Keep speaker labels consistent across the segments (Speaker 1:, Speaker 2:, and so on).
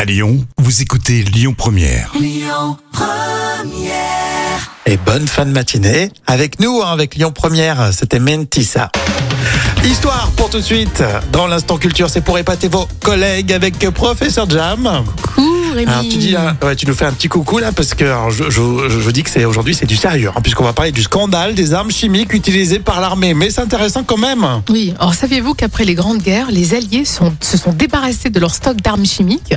Speaker 1: À Lyon, vous écoutez Lyon Première.
Speaker 2: Et bonne fin de matinée avec nous, hein, avec Lyon Première. C'était Mentissa. Histoire pour tout de suite. Dans l'instant culture, c'est pour épater vos collègues avec Professeur Jam.
Speaker 3: Coucou Rémi.
Speaker 2: Alors tu dis, hein, ouais, tu nous fais un petit coucou là parce que alors, je, je- je- je dis que c'est aujourd'hui c'est du sérieux, hein, puisqu'on va parler du scandale des armes chimiques utilisées par l'armée. Mais c'est intéressant quand même.
Speaker 3: Oui, alors saviez-vous qu'après les grandes guerres, les Alliés sont- se sont débarrassés de leur stock d'armes chimiques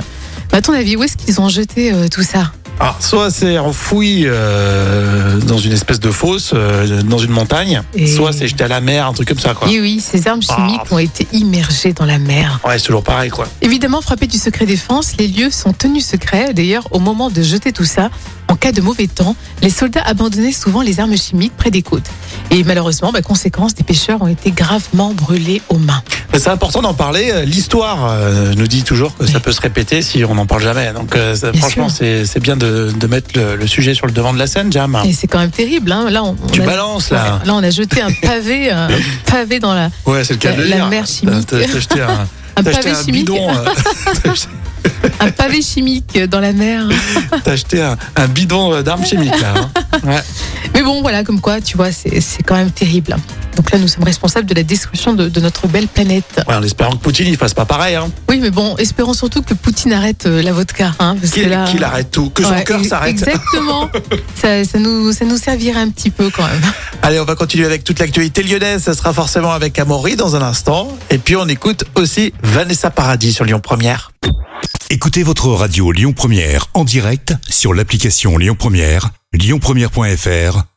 Speaker 3: Mais À ton avis, où est-ce qu'ils ont jeté euh, tout ça
Speaker 2: Alors, Ah, soit c'est enfoui euh, dans une espèce de fosse, euh, dans une montagne,
Speaker 3: Et-
Speaker 2: soit c'est jeté à la mer, un truc comme ça quoi.
Speaker 3: Et Eh oui, ces armes chimiques
Speaker 2: Ah.
Speaker 3: ont été immergées dans la mer.
Speaker 2: Ouais, c'est toujours pareil quoi.
Speaker 3: Évidemment, frappés du secret défense, les lieux sont tenus secrets. D'ailleurs, au moment de jeter tout ça, en cas de mauvais temps, les soldats abandonnaient souvent les armes chimiques près des côtes. Et malheureusement, bah, conséquence, des pêcheurs ont été gravement brûlés aux mains.
Speaker 2: Mais C'est important d'en parler. Euh, L'histoire euh, nous dit toujours que ça
Speaker 3: Oui.
Speaker 2: peut se répéter si on n'en parle jamais. Donc, euh, ça-
Speaker 3: Bien
Speaker 2: franchement,
Speaker 3: sûr.
Speaker 2: c'est c'est bien de, de mettre le, le sujet sur le devant de la scène, Jam.
Speaker 3: Et c'est quand même terrible. Hein. Là, on, on
Speaker 2: Ah. Tu
Speaker 3: a-
Speaker 2: balances, là.
Speaker 3: Ouais, là, on a jeté un pavé, un pavé dans la,
Speaker 2: Ouais, c'est le cas
Speaker 3: La-
Speaker 2: de le
Speaker 3: la
Speaker 2: dire.
Speaker 3: mer chimique.
Speaker 2: T'as- T'as acheté un,
Speaker 3: un
Speaker 2: t'as acheté
Speaker 3: pavé
Speaker 2: un
Speaker 3: chimique,
Speaker 2: bidon. euh, t'as acheté-
Speaker 3: un pavé chimique dans la mer.
Speaker 2: T'as acheté un, un bidon euh, d'armes chimiques, là. hein. Ouais.
Speaker 3: Mais bon, voilà, comme quoi, tu vois, c'est c'est quand même terrible. Donc là, nous sommes responsables de la destruction de, de notre belle planète.
Speaker 2: Ouais, en espérant que Poutine, il fasse pas pareil. Hein.
Speaker 3: Oui, mais bon, espérons surtout que Poutine arrête euh, la vodka, hein, parce que
Speaker 2: Qu'il
Speaker 3: là,
Speaker 2: qu'il arrête tout. Que son
Speaker 3: Ouais,
Speaker 2: cœur
Speaker 3: e-
Speaker 2: s'arrête.
Speaker 3: Exactement. ça, ça nous, ça nous servirait un petit peu quand même.
Speaker 2: Allez, on va continuer avec toute l'actualité lyonnaise. Ça sera forcément avec Amaury dans un instant. Et puis, on écoute aussi Vanessa Paradis sur Lyon Première.
Speaker 1: Écoutez votre radio Lyon Première en direct sur l'application Lyon Première, lyonpremière.fr